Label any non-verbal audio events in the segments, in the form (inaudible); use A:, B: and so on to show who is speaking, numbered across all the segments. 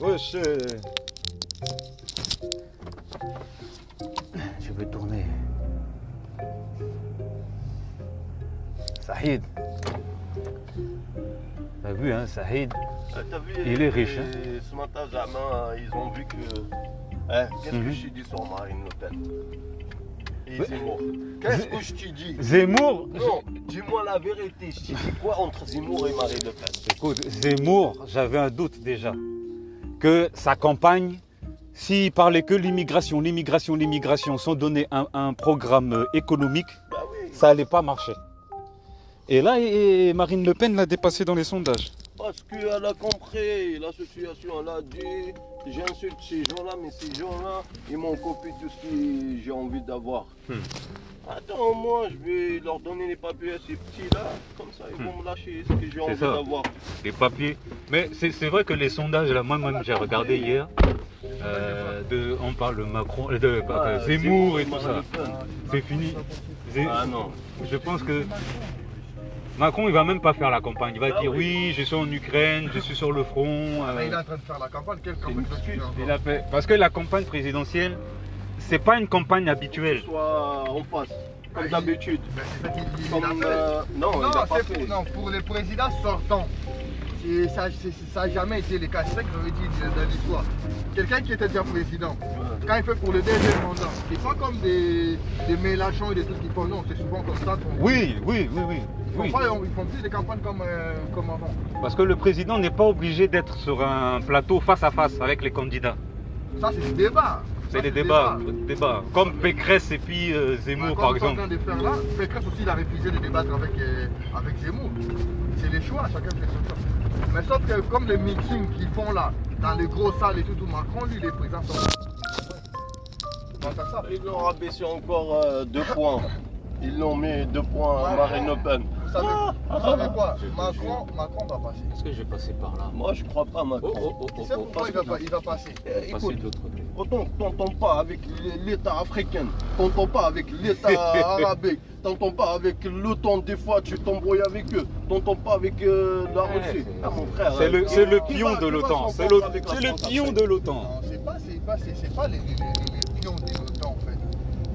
A: Ouais, je sais.
B: Je veux tourner. Sahid. T'as vu, hein, Sahid
C: Euh, T'as vu,
B: Il est riche, hein.
C: et Ce matin, Jamin, ils ont vu que. Hein, Qu'est-ce que
B: Mhm.
C: je t'ai dit sur Marine Le Pen Et
B: Ouais.
C: Zemmour. Qu'est-ce que je t'ai dit
B: Zemmour
C: Non, dis-moi la vérité. Je t'ai dit quoi entre Zemmour et Marine Le Pen
B: Écoute, Zemmour, j'avais un doute déjà que sa campagne, s'il parlait que l'immigration, l'immigration, l'immigration, sans donner un, un programme euh, économique,
C: Bah oui.
B: ça allait pas marcher. Et là, et- et Marine Le Pen l'a dépassé dans les sondages.
C: Parce qu'elle a compris, l'association elle a dit, j'insulte ces gens-là, mais ces gens-là, ils m'ont copié tout ce que j'ai envie d'avoir.
B: Hmm.
C: Attends, moi je vais leur donner les papiers à ces petits-là, comme ça ils vont me lâcher ce que j'ai envie
B: Hmm. ça.
C: d'avoir.
B: Les papiers. Mais c'est c'est vrai que les sondages, là, moi-même, j'ai regardé hier. euh, de, on parle de Macron, euh, de, de
C: Ah,
B: Zemmour et tout ça. Ah,
C: Marine Le Pen.
B: C'est fini. Zé-
C: Ah non.
B: Je pense que Macron, il va même pas faire la campagne. Il va
C: Ah
B: dire
C: oui.
B: oui, je suis en Ukraine, je suis sur le front. euh,
D: il est en train de faire la campagne, quelle
B: c'est une
D: campagne
B: excuse.
D: là-dessus, là,
B: Il a fait- Parce que la campagne présidentielle, c'est pas une campagne habituelle.
C: Soit en face, comme
D: Ah,
C: d'habitude.
D: Ben, c'est ça qu'il- il a
C: Comme,
D: fait.
C: euh, non, il
D: Non,
C: a pas
D: c'est
C: fait.
D: pour, non, pour les présidents sortants. C'est- Ça n'a jamais été le cas. C'est ça que j'aurais dit dans dans l'histoire. Quelqu'un qui était déjà président, quand il fait pour le deuxième mandat, c'est pas comme des, des Mélenchon et des trucs qui font. Non, c'est souvent comme ça. qu'on-
B: Oui, oui, oui, oui.
D: Ils font,
B: oui.
D: pas- ils font plus des campagnes comme, euh, comme avant.
B: Parce que le président n'est pas obligé d'être sur un plateau face à face avec les candidats.
D: Ça, c'est des débats.
B: C'est
D: Ça,
B: des
D: des
B: débats, débats. Comme Pécresse et puis euh, Zemmour,
C: Ah,
D: Comme
B: par
D: ils sont en
B: exemple.
D: train de faire là, Pécresse aussi, il a refusé de débattre avec, euh, avec Zemmour. C'est les choix, chacun fait son choix. Mais sauf que comme les meetings qu'ils font là, dans les grosses salles et tout, tout Macron, lui, il est présent sur Donc, ça, ça.
C: Ils l'ont rabaissé encore euh, deux
D: (laughs)
C: points. Ils l'ont mis deux points à Marine Le Pen.
D: Vous savez, vous savez quoi Macron, Macron va passer.
E: Est-ce que je vais passer par là
C: Moi je crois pas à Macron.
E: Oh, oh, oh,
D: Tu
E: oh,
D: sais
E: oh,
D: pourquoi il va, pas- il va passer
C: Euh,
E: passer
C: écoute,
E: de l'autre côté.
C: Autant que t'entends pas avec l'État africain, t'entends pas avec
B: (laughs)
C: l'État arabe, t'entends pas avec l'OTAN, des fois tu t'embrouilles avec eux, t'entends pas avec euh, la
E: Ouais,
C: Russie.
E: c'est-
C: Ah, mon frère,
B: Eh, C'est
C: hein,
B: le,
C: tu
B: c'est le
C: vas- tu vas-
B: pion de
C: tu vas
B: l'OTAN.
C: s'entendre
B: C'est le,
C: avec la
B: c'est le
C: France
B: pion
C: après.
B: de l'OTAN.
D: Non, c'est pas, c'est pas, c'est, c'est pas les, les, les- les pions de l'OTAN en fait.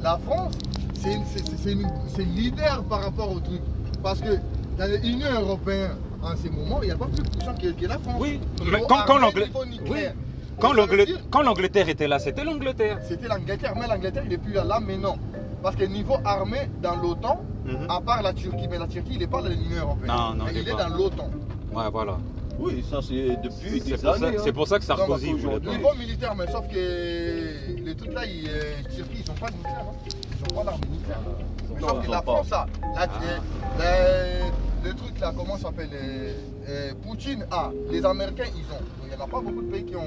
D: La France, c'est, une- c'est, c'est- c'est une- c'est leader par rapport au truc. Parce que dans l'Union européenne, en ce moment, il n'y a pas plus puissant que, que la France.
B: Oui,
D: Niveau
B: mais quand, quand
D: armée,
B: l'Angleterre-
D: niveau nucléaire.
B: quand
D: Donc, ça veut
B: l'Angle-
D: dire,
B: quand l'Angleterre était là, c'était l'Angleterre.
D: C'était l'Angleterre, mais l'Angleterre, il n'est plus là, là, mais non. Parce que niveau armée, dans l'OTAN,
C: Mm-hmm.
B: Mhm.
D: à part la Turquie, mais la Turquie, il n'est pas dans l'Union européenne.
B: Non, non,
D: Mais
B: il
D: il,
B: est
D: est
B: pas.
D: dans l'OTAN.
B: Ouais, voilà.
C: Oui, ça c'est
B: C'est
C: depuis des
B: pour, ça,
C: années.
B: c'est
C: hein.
B: pour ça que Sarkozy voulait
C: Donc,
D: Au
B: pas.
C: aujourd'hui-
D: niveau militaire, mais sauf que les trucs là, ils, euh, Turquie, ils sont pas militaires. Hein. Ils sont pas d'armes militaires. Mais
C: Non,
D: sauf
C: ils
D: que
C: sont
D: la
C: pas. Ah.
D: France, là, la- euh, les, les trucs là, comment ça s'appelle euh, euh, Poutine a, les Américains, ils ont. Il n'y en a pas beaucoup de pays qui ont.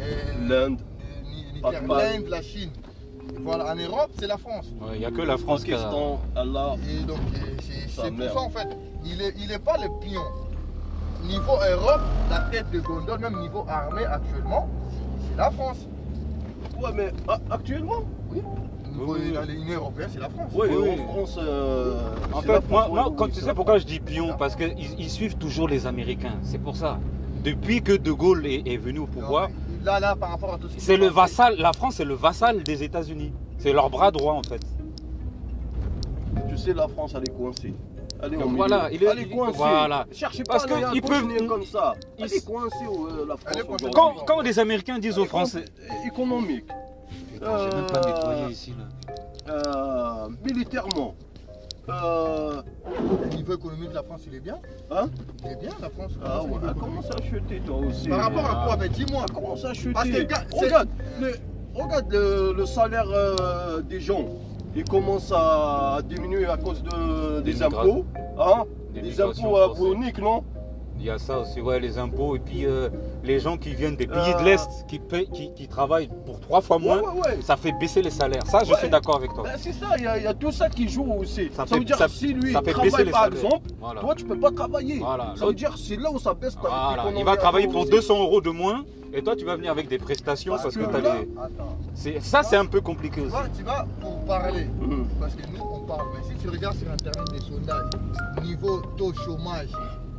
D: euh,
C: L'Inde.
D: euh, ni- ni-
C: Pas de mal.
D: L'Inde, la Chine. Voilà, en Europe, c'est la France.
B: Ouais, Il n'y a que la France qui a...
C: Pakistan, Allah.
D: Et donc, euh, c'est
C: Sa
D: c'est pour
C: mère.
D: ça en fait. Il n'est il est pas le pion. Niveau Europe, la tête de gondole, même niveau armée actuellement, c'est la France.
C: Ouais, mais ah, actuellement
D: Niveau
B: Oui, oui.
D: dans l'Union européenne, c'est la France.
C: Oui,
B: Oui.
C: en France. euh,
B: En
C: c'est la
B: fait,
C: France,
B: moi,
C: ouais,
B: moi,
C: oui,
B: quand, tu
C: c'est
B: sais
C: la
B: pourquoi je dis pion Parce qu'ils ils suivent toujours les Américains. C'est pour ça. Depuis que De Gaulle est, est venu au
D: Non,
B: pouvoir,
D: Ah Là, là, par rapport à tout ce qui
B: c'est le
D: s'est passé,
B: vassal. La France est le vassal des États-Unis. C'est leur bras droit en fait.
C: France. Tu sais, la France, elle est coincée. Elle est
B: Donc
C: en
B: voilà,
C: milieu.
B: il est-
C: elle est
B: il-
C: coincée.
B: voilà.
C: Cherchez pas
B: Parce
C: à
B: que
C: aller
B: ils peuvent-
C: continuer comme ça. Elle
B: ils-
C: est coincée, euh, la France.
D: Elle est coincée.
C: aujourd'hui.
B: Quand, quand les Américains disent aux
C: Écon-
B: Français.
C: Économique.
E: Putain, j'ai même pas nettoyé ici là.
C: euh, militairement. Euh,
D: Niveau économique, la France, il est bien.
C: Hein
D: Il est bien, la France.
C: ah
D: au niveau
C: ouais, elle
D: économique.
C: commence à chuter toi aussi.
D: Par rapport à quoi Mais dis-moi.
C: Elle commence à chuter.
D: Parce que gars, c'est-
C: regarde, le, regarde le, le salaire euh, des gens. Il commence à diminuer à cause de, des
B: Des
C: impôts. Hein des
B: migrations
C: impôts à
B: forcées.
C: Brunique, non
B: Il y a ça aussi, ouais, les impôts. Et puis euh, les gens qui viennent des pays
C: Euh,
B: de l'Est, qui, paient- qui, qui travaillent pour trois fois
C: Ouais,
B: moins,
C: ouais, ouais.
B: ça fait baisser les salaires. Ça, je
C: Ouais.
B: suis d'accord avec toi.
C: Ben, c'est ça, il y, a- il y a tout ça qui joue aussi.
B: Ça
C: Ça,
B: fait-
C: veut dire
B: ça-
C: si lui
B: ça
C: il
B: fait baisser
C: travaille
B: les
C: par
B: salaires.
C: exemple,
B: Voilà.
C: toi tu peux pas travailler.
B: Voilà.
C: Ça veut dire c'est là où ça baisse ta
B: Voilà,
C: économie
B: il va
C: à
B: travailler
C: toi
B: pour
C: aussi.
B: 200 euros de moins et toi tu vas venir avec des prestations
C: Parce
B: parce que,
C: que
B: t'as
C: là-
B: des-
D: Attends.
B: c'est- ça c'est un peu compliqué
D: Tu
B: aussi.
D: vois, tu vas pour parler.
C: Mhm.
D: Parce que nous, on parle. Mais si tu regardes sur Internet des sondages, niveau taux chômage,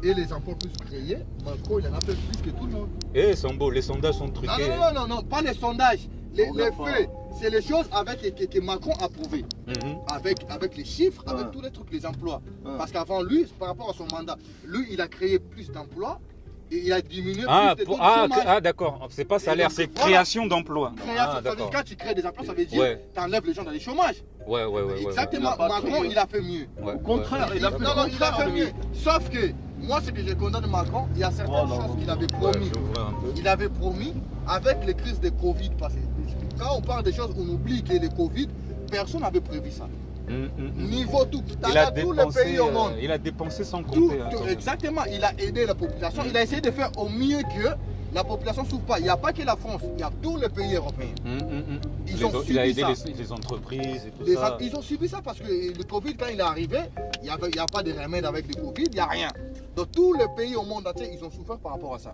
D: et les emplois plus créés, Macron, il en a fait plus que tout le monde.
B: Eh, Sambo, les sondages sont
D: Non,
B: truqués.
D: non,
B: hein.
D: non, non, non, pas les sondages. Les,
C: On
D: les
C: apprend.
D: faits, c'est les choses avec, que, que Macron a prouvé,
B: Mhm.
D: avec, avec les chiffres, avec
C: Ouais.
D: tous les trucs, les emplois.
C: Ouais.
D: Parce qu'avant lui, par rapport à son mandat, lui, il a créé plus d'emplois et il a diminué
B: Ah,
D: plus de
B: pour-
D: taux de
B: ah,
D: chômage.
B: ah, d'accord. C'est pas salaire,
D: donc,
B: c'est
D: voilà.
B: création d'emplois.
D: Création,
B: Ah,
D: ça veut dire
B: d'accord.
D: quand tu crées des emplois, ça veut dire
B: Ouais.
D: tu enlèves les gens dans les chômages.
B: Ouais, ouais, ouais, ouais. ouais.
D: Exactement,
C: Il a pas
D: Macron,
C: créé.
D: il a fait mieux.
B: Ouais,
C: Au contraire,
B: ouais.
C: il a
D: Non,
C: fait
D: non, il a fait
C: lui.
D: mieux. Sauf que moi, ce que je condamne Macron, il y a certaines
C: Voilà.
D: choses qu'il avait
B: Oh Ouais,
D: promis.
B: je vois un peu.
D: Il avait promis avec les crises de Covid. Parce que quand on parle des choses, on oublie que les Covid, personne n'avait prévu ça.
B: Mhm, mhm.
D: Niveau tout, t'as
B: Il a
D: tous les pays
B: dépensé,
D: au monde.
B: euh, il a dépensé sans
D: Tout,
B: compter. hein,
D: tout-
B: quand même.
D: exactement, il a aidé la population. Il a essayé de faire au mieux que la population souffre pas. Il n'y a pas que la France, il y a tous les pays européens.
B: Mhm, mhm.
D: Ils
B: Les
D: ont
B: o-
D: subi
B: il a aidé
D: ça.
B: les, les entreprises et tout
D: Les
B: ça.
D: a- ils ont subi ça parce que le Covid, quand il est arrivé, il n'y a, il y a pas de remède avec le Covid, il n'y a rien. Dans tous les pays au monde entier, ils ont souffert par rapport à ça.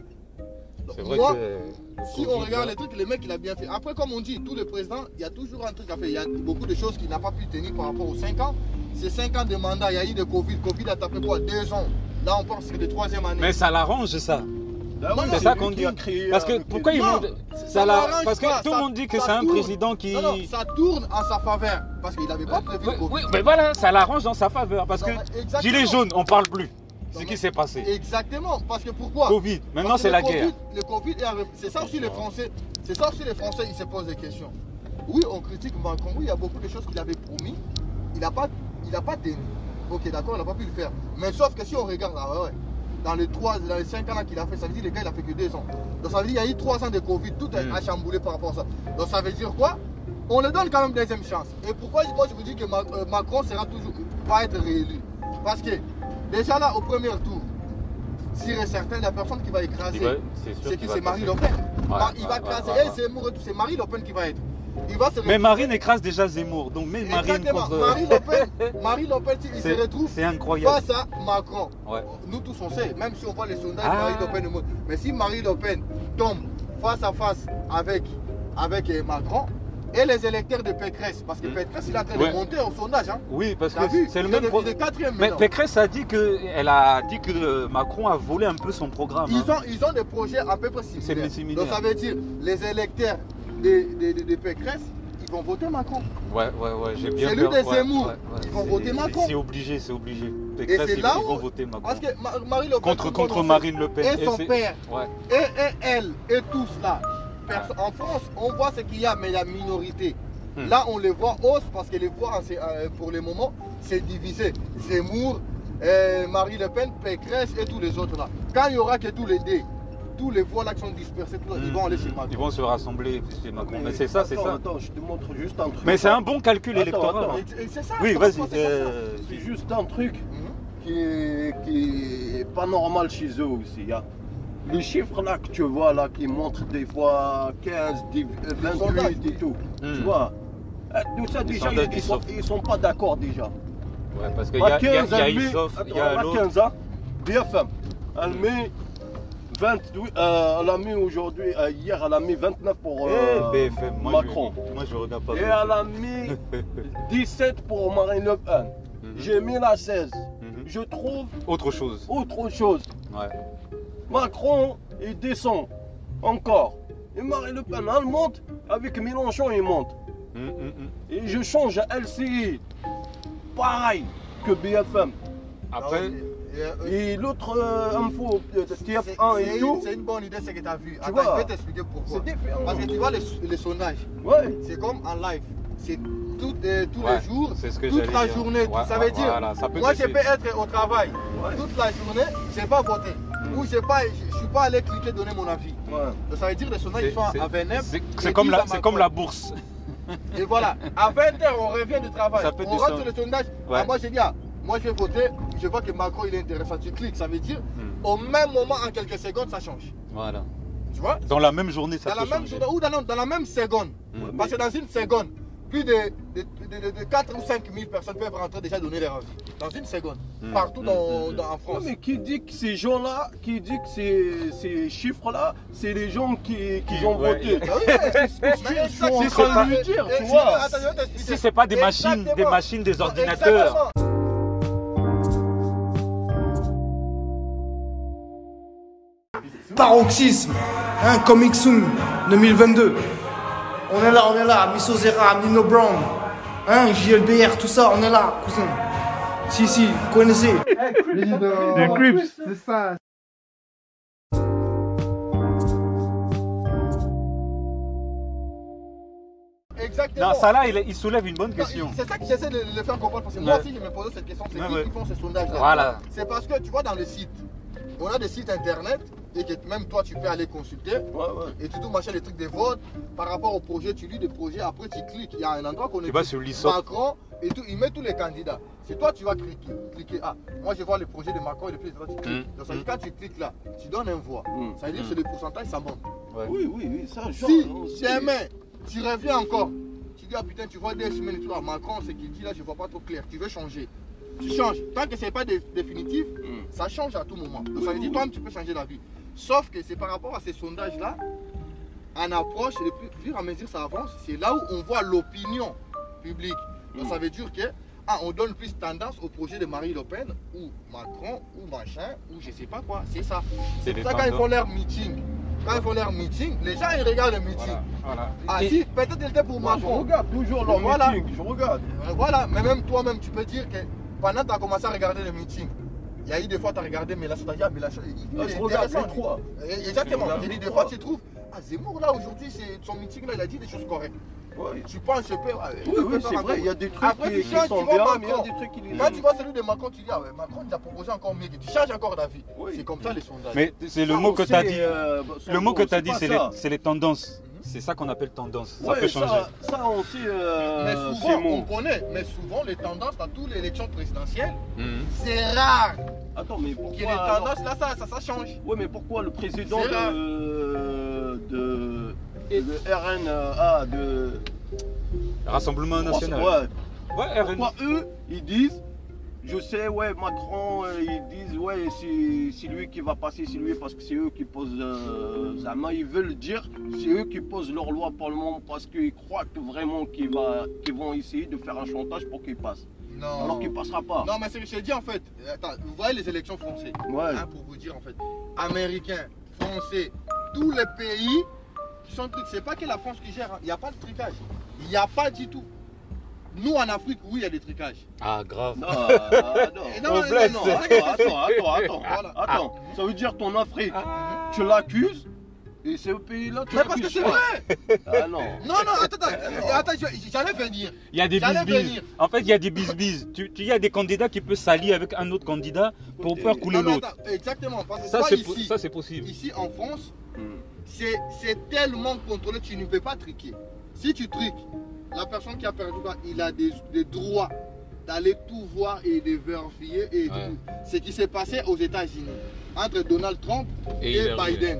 D: Donc,
B: C'est vrai
D: moi,
B: que. le
D: si on
B: Covid, hein.
D: regarde
B: là,
D: les trucs, le mec, il a bien fait. Après, comme on dit, tous les présidents, il y a toujours un truc à faire. Il y a beaucoup de choses qu'il n'a pas pu tenir par rapport aux 5 ans. Ces 5 ans de mandat, il y a eu de Covid. Covid a tapé quoi 2 ans. Là, on pense que c'est la troisième année.
B: Mais ça l'arrange ça.
C: Bah oui,
D: C'est
C: mais
B: ça
C: lui
B: qu'on
C: qui
B: dit.
C: a créé
B: Parce que
C: avec
B: pourquoi
C: les-
B: ils
D: Non,
B: vont. Ça la...
D: l'arrange
B: Parce que
D: pas,
B: tout le
D: ça-
B: monde dit que
D: ça
B: c'est un
D: tourne.
B: président qui.
D: Non, non, ça tourne en sa faveur. Parce qu'il n'avait pas prévu
B: Oui,
D: le Covid.
B: oui, mais voilà, ça l'arrange dans sa faveur. Parce que
D: Non, mais exactement.
B: gilet jaune, on parle plus.
D: Non,
B: Ce qui
D: mais-
B: s'est passé.
D: Exactement. Parce que pourquoi
B: Covid. Maintenant,
D: Parce que
B: c'est
D: le
B: la
D: Covid-
B: guerre.
D: Le Covid est arrivé. C'est ça aussi les Français. C'est ça aussi les Français, ils se posent des questions. Oui, on critique Macron. Oui, il y a beaucoup de choses qu'il avait promis. Il n'a pas, il a pas tenu. Ok, d'accord, il n'a pas pu le faire. Mais sauf que si on regarde, ah ouais, ouais, dans les trois, dans les cinq ans là qu'il a fait, ça veut dire que le gars, il a fait que deux ans. Donc ça veut dire qu'il y a eu trois ans de Covid, tout est
B: Mm.
D: a chamboulé par rapport à ça. Donc ça veut dire quoi On lui donne quand même deuxième chance. Et pourquoi moi, je vous dis que Ma- euh, Macron sera toujours pas être réélu Parce que déjà là, au premier tour, si et certain, la personne qui va écraser,
B: Il va- C'est sûr
D: c'est
B: qu'il
D: qui
B: va
D: C'est Marie
B: passer.
D: Le Pen. Bah, il
B: ouais,
D: va
B: ouais,
D: craser.
B: ouais,
D: et
B: ouais.
D: Zemmour et tout, c'est Marie Le Pen qui va être. Il va se
B: Mais
D: retrouver-
B: Marine écrase déjà Zemmour. Donc, même Marine
D: Exactement.
B: contre. euh,
D: Marie Le Pen, Marie Le Pen, il
B: C'est-
D: se retrouve
B: C'est incroyable.
D: face à Macron.
B: Ouais.
D: Nous tous on sait, même si on voit les sondages
B: Ah.
D: Marie Le Pen et moi. Mais si Marie Le Pen tombe face à face avec, avec euh, Macron et les électeurs de Pécresse, parce que
B: Mm.
D: Pécresse il est en train
B: Ouais.
D: de monter au sondage, hein.
B: Oui, parce
D: T'as
B: que
D: vu
B: c'est le
D: Il est
B: même. pro-
D: il est quatrième
B: Mais
D: maintenant.
B: Pécresse a dit que elle a dit que euh, Macron a volé un peu son programme. hein.
D: Ils ont, ils ont des projets à peu près similaires.
B: similaire.
D: Donc ça veut dire les électeurs de, de, de- de Pécresse, ils vont voter Macron.
B: Ouais, ouais, ouais, j'ai bien
D: C'est
B: peur.
D: lui des
B: Ouais,
D: Zemmour.
B: ouais, ouais.
D: Ils vont
B: C'est-
D: voter
B: c'est-
D: Macron.
B: C'est obligé, c'est obligé. Pécresse,
D: c'est
B: ils,
D: là
B: ils vont
D: où-
B: voter Macron.
D: Parce que Ma- Marie Le Pen,
B: Contre,
D: tout le monde
B: contre
D: le sait.
B: Marine Le Pen.
D: Et son
B: c'est-
D: père.
B: Ouais.
D: Et, et elle, et tous là. Perso- En France, on voit ce qu'il y a, mais la minorité.
B: Ah. Hmm.
D: Là, on les voit hausse parce que les voix, c'est, euh, pour le moment, c'est divisé. Zemmour, euh, Marie Le Pen, Pécresse et tous les autres là. Quand il y aura que tous les dés, tous les voix là qui sont dispersés, tout ça, ils vont aller chez Macron.
B: Ils vont se rassembler chez Macron. Mais, c'est ça, c'est
C: attends,
B: ça.
C: Attends, je te montre juste un truc.
B: Mais c'est un bon calcul
C: Attends,
B: électoral.
C: attends.
B: hein.
D: Et- et c'est ça,
B: Oui,
D: c'est
B: vas-y.
D: comme ça, c'est comme ça.
B: euh,
C: C'est juste un truc
D: Mhm.
C: qui est, qui est pas normal chez eux aussi. hein. Les chiffres là que tu vois là qui montrent des fois 15, 10, euh,
D: sondages.
C: 28 et tout. Tu
B: hmm.
C: vois Eh, Tout ça
B: Les
C: déjà,
B: sondages
C: ils,
B: qui
C: ils sont,
B: sortent.
C: ils sont pas d'accord déjà.
B: hein. Ouais, parce qu'il y
C: À
B: a, il y a,
C: 15,
B: il y a
C: elle met-
B: Issoff, il y
C: attends,
B: a
C: à
B: l'autre.
C: 15 ans, BFM, elle met 28, euh, elle a mis aujourd'hui, euh, hier elle a mis 29 pour euh,
B: Eh, BFM, moi
C: Macron.
B: je, moi je regarde pas.
C: Et
B: BFM.
C: elle a
B: (laughs)
C: mis 17 pour Marine Le Pen.
B: Mhm.
C: J'ai mis la 16.
B: Mhm.
C: Je trouve
B: Autre chose.
C: autre chose.
B: Ouais.
C: Macron, il descend encore. Et Marine Le Pen, elle monte. Avec Mélenchon, il monte.
B: Hmm, hmm, hmm.
C: Et je change à LCI. Pareil que BFM.
D: Ah
B: Après,
D: ouais, et, euh,
C: Et l'autre euh, info, euh,
D: C'est-
C: TF1
D: c'est
C: et
D: une-
C: tout,
D: C'est une bonne idée ce que tu as vu. Attends,
C: vois.
D: je vais t'expliquer pourquoi.
C: c'est différent.
D: Parce que tu vois les, les sondages,
C: Ouais.
D: c'est comme en live. C'est tout, euh, tous
B: Ouais,
D: les jours,
B: c'est ce que
D: toute
B: j'allais
D: la
B: dire.
D: journée. tout-
B: Ouais,
D: ça
B: ouais,
D: veut dire,
B: voilà, ça peut
D: moi
B: te-
D: je peux être au travail toute la journée, je n'ai pas voté.
B: Hmm.
D: Ou je ne suis pas allé cliquer donner mon avis.
C: Ouais.
D: Donc ça veut dire que les sondages
B: c'est-
D: ils sont
B: c'est-
D: à 29.
B: c'est-
D: et
B: c'est comme
D: 10
B: la,
D: à
B: c'est comme
D: Macron.
B: la bourse.
D: Et voilà, à 20h, on revient du travail.
B: Ça peut
D: on rentre
B: descendre.
D: sur le sondage.
B: Ouais.
D: Ah, moi, j'ai dit, ah, moi, je vais voter. Je vois que Macron, il est intéressant. Tu cliques, ça veut dire,
B: Hmm.
D: au même moment, en quelques secondes, ça change.
B: Voilà.
D: Tu vois
B: Dans la même journée, ça
D: Dans la,
B: peut
D: même
B: changer.
D: journée, ou dans, la- dans la même seconde.
B: Hmm.
D: Parce que dans une seconde, plus de, de, de- de- de 4 ou 5 000 personnes peuvent rentrer déjà donner leur avis. Dans une seconde.
B: Hmm.
D: Partout
B: Hmm,
D: dans,
B: hmm,
D: dans- en
C: Ouais,
D: France.
C: mais qui dit que ces gens-là, qui dit que ces, ces chiffres-là, c'est les gens qui, qui
B: Qui-
C: ont
B: ouais.
C: voté.
D: Ah oui,
C: Je
D: mais-
C: suis en
D: mais
B: c'est
C: train de
D: pas-
C: lui dire,
D: Et-
C: tu
D: et-
C: vois.
D: attends, je vais t'expliquer.
B: Si c'est pas des machines, des
D: Exactement.
B: machines, des ordinateurs.
D: Exactement.
A: paroxysme. Hein, Comic Soon 2022. On est là, on est là. Miss Ozera, Nino Brown. Hein, JLBR, tout ça, on est là, cousin. Si, si, vous connaissez.
F: Les
B: Crips.
F: C'est ça.
D: Exactement.
B: Non, Ah, ça là, il, il soulève une bonne
D: Non,
B: question.
D: C'est ça que j'essaie de le faire comprendre parce que moi
B: Ouais.
D: aussi je me posais cette question, c'est
B: Ouais,
D: qui
B: ouais.
D: qui font ce sondage là
B: Voilà.
D: C'est parce que tu vois dans les sites, on a des sites internet et que même toi tu peux aller consulter et tu tout machin les trucs des votes par rapport au projet, tu lis des projets, après tu cliques, il y a un endroit qu'on
B: Tu
D: est
B: vas sur l'ISOP.
D: Macron et tout, il met tous les candidats. C'est toi tu vas cliquer, cliquer ah, moi je vois le projet de Macron et le président, tu cliques.
B: Mm.
D: Dans ce cas tu cliques là, tu donnes un voix.
E: Mm.
D: Ça veut dire que
E: Mm.
D: c'est le pourcentage, ça monte.
E: Oui, oui, oui, ça,
D: Si demain, tu reviens encore, tu dis ah putain, tu vois des semaines et tout, ah, Macron, c'est qu'il dit là, je vois pas trop clair, tu veux changer. Tu changes. Tant que c'est pas dé- définitif,
E: Mm.
D: ça change à tout moment. Donc,
E: Oui,
D: ça veut dire
E: oui.
D: toi-même, tu peux changer d'avis. Sauf que c'est par rapport à ces sondages-là, en approche, et depuis, au fur et à mesure ça avance, c'est là où on voit l'opinion publique. Donc
E: Mm.
D: ça veut dire que ah, on donne plus tendance au projet de Marie Le Pen ou Macron ou machin ou je sais pas quoi. C'est ça. C'est
B: des
D: pour ça quand ils
B: tendances.
D: font leur meeting. Quand ils font leur meeting, les gens ils regardent le meeting.
B: Voilà.
D: Ah
E: Et-
D: si, peut-être il était pour Moi, je Macron. regarde toujours leur voilà. meeting, je regarde. Euh, voilà, mais même toi-même, tu peux dire que pendant que tu as commencé à regarder le meeting, il y a eu des fois tu as regardé Mélenchon, tu as dit ah, Mélenchon, il- il, il est intéressant. Eh, Exactement,
E: Je regarde
D: j'ai dit
E: les
D: des
E: trois.
D: fois tu trouves, ah Zemmour là aujourd'hui, c'est- son meeting là, il a dit des choses correctes. Tu penses, je peux. ah, je
C: Oui,
D: peux
C: oui,
D: faire
C: c'est
D: un
C: vrai,
D: coup.
C: il y a des trucs
D: Après,
C: qui,
D: tu
C: qui
D: changes,
C: sont
D: tu vois
C: bien,
D: Macron.
C: mais il y a des trucs qui les
D: Quand tu vois celui de Macron, tu dis, ah ouais, Macron il a proposé encore mieux que tu changes encore d'avis.
C: Oui.
D: C'est comme ça les sondages.
B: Mais c'est le
C: Ça,
B: mot
C: on
B: que tu as
C: sait,
B: dit.
C: euh, son
B: Le mot que tu as
C: c'est
B: dit,
C: pas
B: c'est les,
C: ça.
B: c'est les tendances.
D: Mhm.
B: C'est ça qu'on appelle tendance. Ça
C: Ouais,
B: peut changer.
C: Ça, ça, on sait
D: Mais
C: euh, ces
D: souvent, on
C: mots.
D: connaît, mais souvent les tendances dans toutes les élections présidentielles,
E: Mhm.
D: c'est rare
C: Attends, mais
D: qu'il y ait
C: pourquoi
D: des
C: Hmm. alors-
D: tendances là, ça, ça, ça change.
C: Ouais, mais pourquoi le président
D: C'est là.
C: de, de, de RNA de
B: Rassemblement national.
C: Ouais,
B: Ouais, RN.
C: pourquoi eux ils disent je sais ouais Macron euh, ils disent ouais c'est c'est lui qui va passer c'est lui parce que c'est eux qui posent euh, sa main ils veulent dire c'est eux qui posent leur loi pour le moment parce qu'ils croient que vraiment qu'ils va qu'ils vont essayer de faire un chantage pour qu'il passe
D: Non.
C: alors qu'il passera pas
D: Non, mais c'est ce que je t'ai dit en fait. euh, Attends, vous voyez les élections françaises
C: ouais
D: hein, Pour vous dire en fait, américains, français, tous les pays qui sont trucs. C'est pas que la France qui gère, hein. il n'y a pas de tricage. Il n'y a pas du tout. Nous en Afrique, oui, il y a des tricages.
E: Ah, grave.
C: non, euh, non.
D: Et
B: On blesse.
C: Attends, attends,
D: Ah,
C: attends, attends,
D: Voilà.
C: attends. Ça veut dire ton Afrique, tu l'accuses et ce pays-là, tu
D: Ah. Mais parce que
C: l'accuses
D: c'est
C: pas.
D: vrai
C: Ah non.
D: Non, non, attends, attends, attends je- j'allais venir.
B: Il y a des
D: J'allais
B: bisbises.
D: venir.
B: En fait, il y a des bisbises. Tu, tu- il y a des candidats qui peuvent s'allier avec un autre candidat pour faire couler
D: Euh, Non, mais
B: l'autre.
D: attends, exactement, parce que
B: Ça,
D: toi,
B: c'est po-
D: ici,
B: ça, c'est possible.
D: ici en France,
C: Hmm.
D: c'est c'est tellement contrôlé, tu ne peux pas triquer. Si tu triques, la personne qui a perdu, quoi, il a des, des droits d'aller tout voir et de vérifier et
E: Ouais.
D: tout. Ce qui s'est passé aux États-Unis entre Donald Trump et,
E: Hillary.
D: Biden.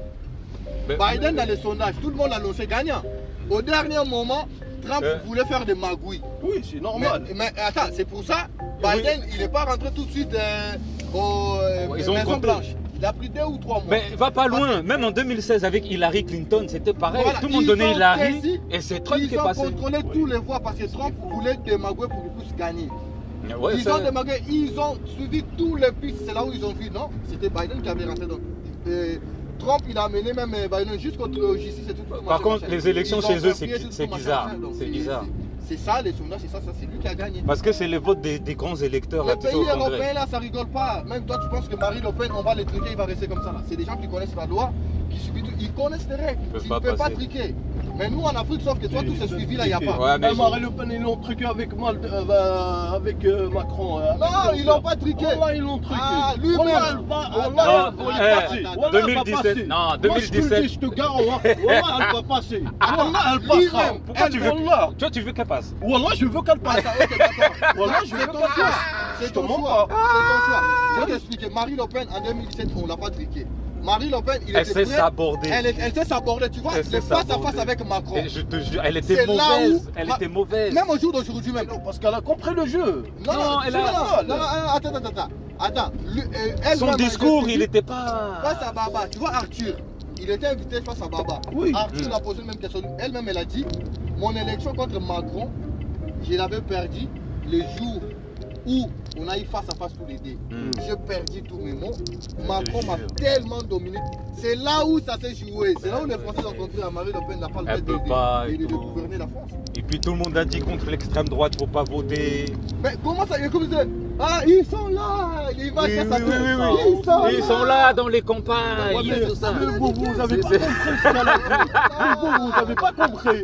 B: Mais- Mm.
D: Biden, dans les sondages, tout le monde l'annonçait gagnant. Au dernier moment, Trump
B: Euh.
D: voulait faire des magouilles.
C: Oui, c'est
D: Mais,
C: normal.
D: mais attends, c'est pour ça, Biden, il n'est pas rentré tout de suite euh, au euh,
B: Ils ont
D: Maison
B: compté.
D: Blanche. Il a pris deux ou trois mois.
B: Mais va pas loin. Même en 2016, avec Hillary Clinton, c'était pareil.
D: Voilà,
B: Tout le monde
D: ils
B: donnait
D: ont
B: Hillary
D: saisi-
B: et c'est Trump qui
D: ils
B: est
D: ont
B: passé.
D: contrôlé tous les voies parce que Trump voulait démagoguer pour qu'ils puissent gagner.
B: Ouais,
D: ils
B: ça-
D: ont démagogué, ils ont suivi tous les pistes. C'est là où ils ont vu, non C'était Biden qui avait rentré. Donc, euh, Trump, il a amené même euh, Biden jusqu'au euh, justice et tout. machin,
B: Par contre,
D: machin.
B: les élections
D: Ils ont
B: chez eux, c'est
D: confié
B: qui-
D: tout,
B: c'est
D: tout, machin,
B: bizarre.
D: machin. Donc,
B: C'est bizarre.
D: C'est c'est ça les sondages, c'est ça, ça c'est lui qui a gagné.
B: Parce que c'est les votes des, des grands électeurs là,
D: Les
B: qui sont au
D: pays
B: Congrès.
D: européens là, ça rigole pas. Même toi, tu penses que Marie Le Pen, on va les triquer, il va rester comme ça là. C'est des gens qui connaissent la loi, qui suivent tout. Ils connaissent les règles.
B: Ils peuvent
D: tu
B: pas
D: ne peux pas
B: passer.
D: triquer. Mais nous en Afrique, sauf que toi, tout ce suivi là, il n'y a pas.
B: Ouais, mais
C: Même Marie Le Pen, ils l'ont truqué avec, Mal- euh, bah, avec euh, Macron. euh,
D: Non,
C: avec
D: ils
C: Juncker.
D: l'ont pas triqué.
C: Voilà, ils l'ont truqué.
D: Ah, lui-même.
C: Voilà, elle va-
D: Ah,
C: voilà,
B: non,
C: elle va
B: eh,
C: passer.
D: attends,
C: Voilà, elle va
B: 2017,
C: passer.
B: non,
C: Moi, je te le
B: 2017.
C: dis, je te garantis. hein.
B: (laughs)
C: Voilà, elle va passer.
B: Ah
C: Voilà, elle
D: Lui-même.
C: passera.
B: Pourquoi
C: Elle,
B: tu veux-
C: Voilà,
B: Toi, tu veux qu'elle passe Ah,
C: Voilà, je veux qu'elle passe.
D: Attends, ok, d'accord.
C: Voilà, je
D: C'est
C: veux
D: ton
C: qu'elle
D: choix.
C: passe.
D: C'est
C: te
D: ton
C: mens
D: choix. C'est ton choix. Je vais t'expliquer. Marie Le Pen, en 2017, on l'a pas triqué. Marie Le Pen, il
B: Elle
D: était
B: s'est
D: prêt.
B: sabordée.
D: Elle, est- elle s'est sabordée, tu vois,
B: Elle
D: elle
B: s'est
D: face à face
B: sabordée.
D: avec Macron.
B: Et je te jure, elle était
D: C'est là où-
B: mauvaise. Elle
D: Ma-
B: était mauvaise.
D: Même au jour d'aujourd'hui même.
C: Non, parce qu'elle a compris le jeu.
D: Non, non,
B: Non, elle a-
D: non, non, non, attends, attends, attends. Attends, Lui- euh, elle
B: Son
D: même, elle
B: discours,
D: s'est
B: il
D: dit,
B: n'était pas.
D: Face à Baba, tu vois Arthur, il était invité face à Baba.
C: Oui.
D: Arthur
B: Hmm.
D: lui a posé la même question. Elle-même, elle a dit Mon élection contre Macron, je l'avais perdue le jour où on a eu face à face tous les deux.
B: Mm.
D: Je perdis tous mes mots. Macron m'a tellement dominé. C'est là où ça s'est joué. C'est là où les Français ont compris à Marine Le Pen n'a pas le
B: Elle
D: droit
B: peut
D: de- de-
B: pas et
D: de, de
B: tout.
D: gouverner la France.
B: Et puis tout le monde a dit contre l'extrême droite, faut pas voter.
D: Mais comment ça Comme ça, ah, ils sont là Les vaches,
B: Oui,
D: ça, ça
B: oui,
D: tourne.
B: oui, oui,
D: Ils sont là
B: Ils sont là dans les campagnes.
D: Ouais, mais-
B: Ils-
D: mais
C: Vous, vous avez pas compris ce qu'elle a dit. Vous, vous avez pas compris.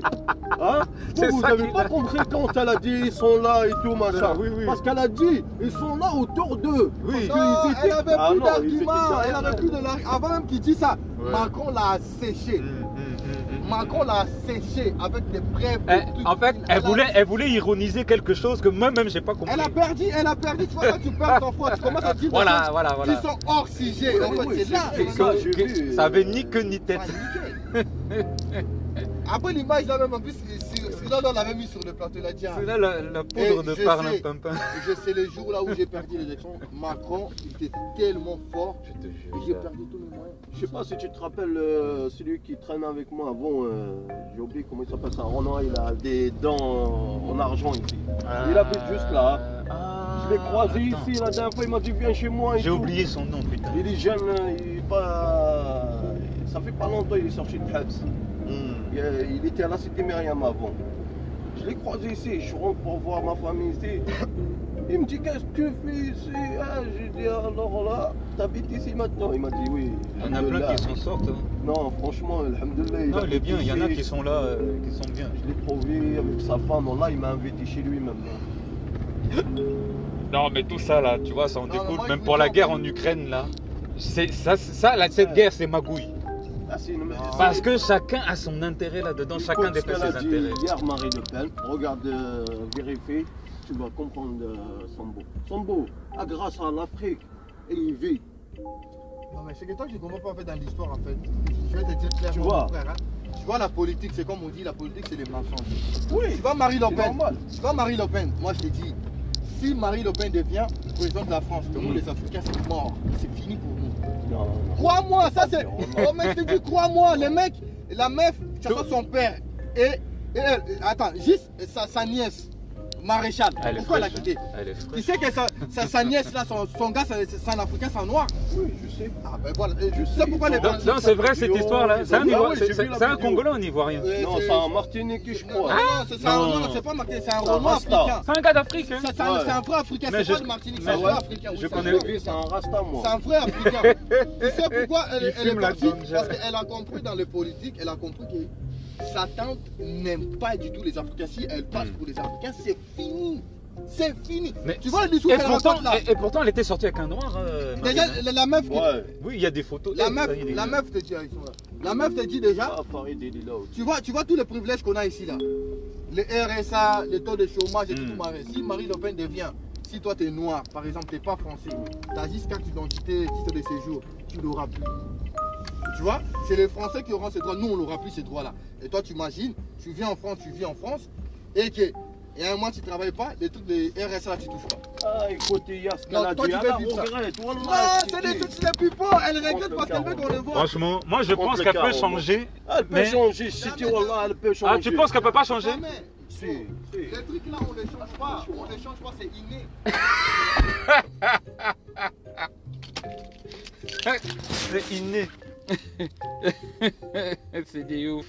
C: Hein
B: C'est
C: Vous, vous
B: ça
C: avez
B: qu'il
C: pas
B: a-
C: compris quand elle a dit ils sont là et tout, machin.
B: Oui, oui.
C: Parce qu'elle a dit ils sont là autour d'eux.
B: Oui.
D: Non, elle avait
C: Ah
D: plus
C: non, ils étaient
D: d'arguments, elle
C: derrière.
D: avait plus de lar- Avant même qu'il dise ça, Macron l'a séché. Macron l'a séché avec des brèves.
B: Eh,
D: des trucs.
B: en fait,
D: Elle
B: elle
D: a-
B: voulait, elle voulait ironiser quelque chose que moi-même j'ai pas compris.
D: Elle a perdu, elle a perdu, tu vois, quand
B: (laughs)
D: tu perds ton foi, tu commences à dire des
B: Voilà,
D: choses
B: voilà, voilà.
D: qui sont hors sujet. En fait, c'est là.
B: Que-
C: ça, j'ai
B: que-
C: vu.
B: ça avait ni queue ni
D: Ah,
B: tête.
D: nickel. Après l'image là même en plus, là on l'avait mis sur le plateau, il a dit ah,
B: C'est là la, la poudre
D: Et
B: de
D: je
B: parlin
D: sais.
B: pimpin.
D: je sais le jour là où j'ai perdu l'élection, Macron il était tellement fort,
G: Je te jure.
D: que j'ai perdu tous mes moyens.
C: Je sais pas si tu te rappelles euh, celui qui traîne avec moi avant, euh, j'ai oublié comment il s'appelle ça, Renoir, il a des dents euh, en argent ici.
E: Ah.
C: Il habite juste là. Je l'ai croisé ici la dernière fois, il m'a dit viens chez moi et
B: Ah. J'ai
C: tout.
B: oublié son nom, putain.
C: Il est jeune, euh, il est pas. Ça fait pas longtemps il est sorti de Habs.
B: Hmm.
C: Il, euh, il était à la cité Myriam avant. Je l'ai croisé ici, je rentre pour voir ma famille ici. Il me dit qu'est-ce que tu fais ici Ah, J'ai dit alors là, t'habites ici maintenant Il m'a dit oui.
B: Il y en a
C: Alhamdoulilah.
B: plein qui s'en sortent. hein.
C: Non, franchement, Alhamdoulilah.
B: Non, il est
C: habite
B: bien, il y en a
C: ici.
B: qui sont là, euh, qui sont bien.
C: Je l'ai trouvé avec sa femme, là, il m'a invité chez lui même.
B: Non, mais tout ça là, tu vois, ça en
D: Non, mais
B: découle.
D: moi, je
B: Même
D: vous
B: pour la
D: dis en
B: guerre
D: fait-
B: en Ukraine là, c'est ça, c'est- ça là, cette
C: Ouais.
B: guerre, c'est magouille.
C: Ah, c'est une- c'est-
B: Parce que chacun a son intérêt là-dedans,
C: Écoute
B: chacun
C: ce qu'elle
B: défend
C: a
B: ses
C: dit
B: intérêts.
C: Hier, Marie Le Pen, regarde, euh, vérifie, tu vas comprendre euh, Sambo. Sambo, ah, grâce à l'Afrique, et il vit.
D: Non mais c'est que toi tu comprends pas en fait dans l'histoire en fait. Je vais te dire clairement
C: Tu vois.
D: mon frère. hein. Tu vois la politique, c'est comme on dit, la politique c'est les mensonges.
C: Oui,
D: Tu vois Marie Le
C: c'est
D: Pen,
C: normal.
D: tu vois Marie Le Pen, moi je te dis, si Marie Le Pen devient présidente de la France, le monde des Africains c'est mort, c'est fini pour nous.
C: Non, non, non.
D: Crois-moi, ça c'est. Oh mec, je te dis, crois-moi, le mec, la meuf, que ce soit son père et, et elle, attends, juste sa, sa nièce, maréchal,
B: Elle est
D: pourquoi elle a
B: fraîche,
D: quitté
B: hein. Elle est fraîche.
D: Tu sais que sa, sa, sa nièce là, son, son gars, c'est c'est un africain, c'est un noir.
C: Oui, je sais.
D: Ah ben voilà, et je
C: Je
D: sais
C: sais,
D: pourquoi
C: ils
D: les
C: sont-
B: Non,
D: Blancs-
B: non, c'est vrai cette
C: Yo,
B: histoire là.
C: ils
B: C'est
C: ont-
B: un,
C: Ah
B: Ivoire-
C: oui,
B: c'est-
C: j'ai
B: c'est-
C: vu la
B: c'est un
C: vidéo.
B: Congolais, un Ivoirien.
D: Euh,
C: Non,
D: c'est-
C: c'est un Martinique, je
D: Non,
C: crois. Ah,
D: non, c'est c'est un
B: Non.
D: noir, c'est pas marqué, c'est un
C: C'est un
D: Renoir
C: Rasta.
D: africain.
B: C'est un gars d'Afrique. hein.
D: C'est c'est un,
C: Ouais.
D: c'est un vrai africain,
B: Mais
D: c'est
B: je-
D: pas le Martinique, c'est
B: mais
D: un vrai
B: je-
D: africain. oui,
B: je
D: c'est un
B: connais-
D: vrai
C: Je vis, c'est un rasta, moi.
D: C'est un vrai africain. tu sais pourquoi elle,
B: Il
D: elle est
B: fume la
D: partie
B: ganja.
D: Parce qu'elle a compris dans les politiques, elle a compris que sa tante n'aime pas du tout les Africains. Si elle passe pour les Africains, c'est fini. C'est fini.
B: Hmm. Mais-
D: tu vois le discours
B: Et
D: qu'elle
B: pourtant,
D: raconte là
B: et, et pourtant, elle était sortie avec un noir. euh, Marine,
D: Déjà,
B: hein.
D: la, la meuf, qui-
C: Ouais.
B: Oui, il y a des photos.
D: la,
B: Eh,
D: meuf,
B: ça y est, les
D: la
B: gars.
D: meuf te dit, ah, ils sont là. La meuf te dit déjà,
C: Ah, Farid, il est là aussi.
D: tu vois, tu vois tous les privilèges qu'on a ici là. Le RSA, le taux de chômage et
B: Mm.
D: tout, Marie. Si Marie Le Pen devient, si toi t'es noir, par exemple, t'es pas français, t'as juste carte d'identité, titre de séjour, tu l'auras plus. Tu vois, c'est les Français qui auront ces droits. Nous, on n'aura plus ces droits-là. Et toi, tu imagines, tu viens en France, tu vis en France, et que, et un mois, tu travailles pas, les trucs de RSA, là, tu touches pas.
C: Ah, écoute, il y a ce qu'elle
D: Non,
C: a dit. Ah, bah,
D: toi, tu
C: Elle
D: veux vivre ça.
C: regrette. Wallah,
D: Ah,
C: je
D: c'est
C: te
D: les
C: dis.
D: trucs les plus pauvres. Elle regrette parce qu'elle veut qu'on les voit.
B: Franchement, moi je
C: Contre
B: pense
C: le
B: qu'elle peut
C: carreau,
B: changer.
C: Elle peut
B: Mais-
C: changer, si tu Wallah, elle peut changer.
B: Ah, tu penses qu'elle peut pas changer
D: Jamais.
C: Si, si.
D: Les trucs là, on les change pas. On les change pas, c'est inné.
B: C'est inné. C'est des ouf.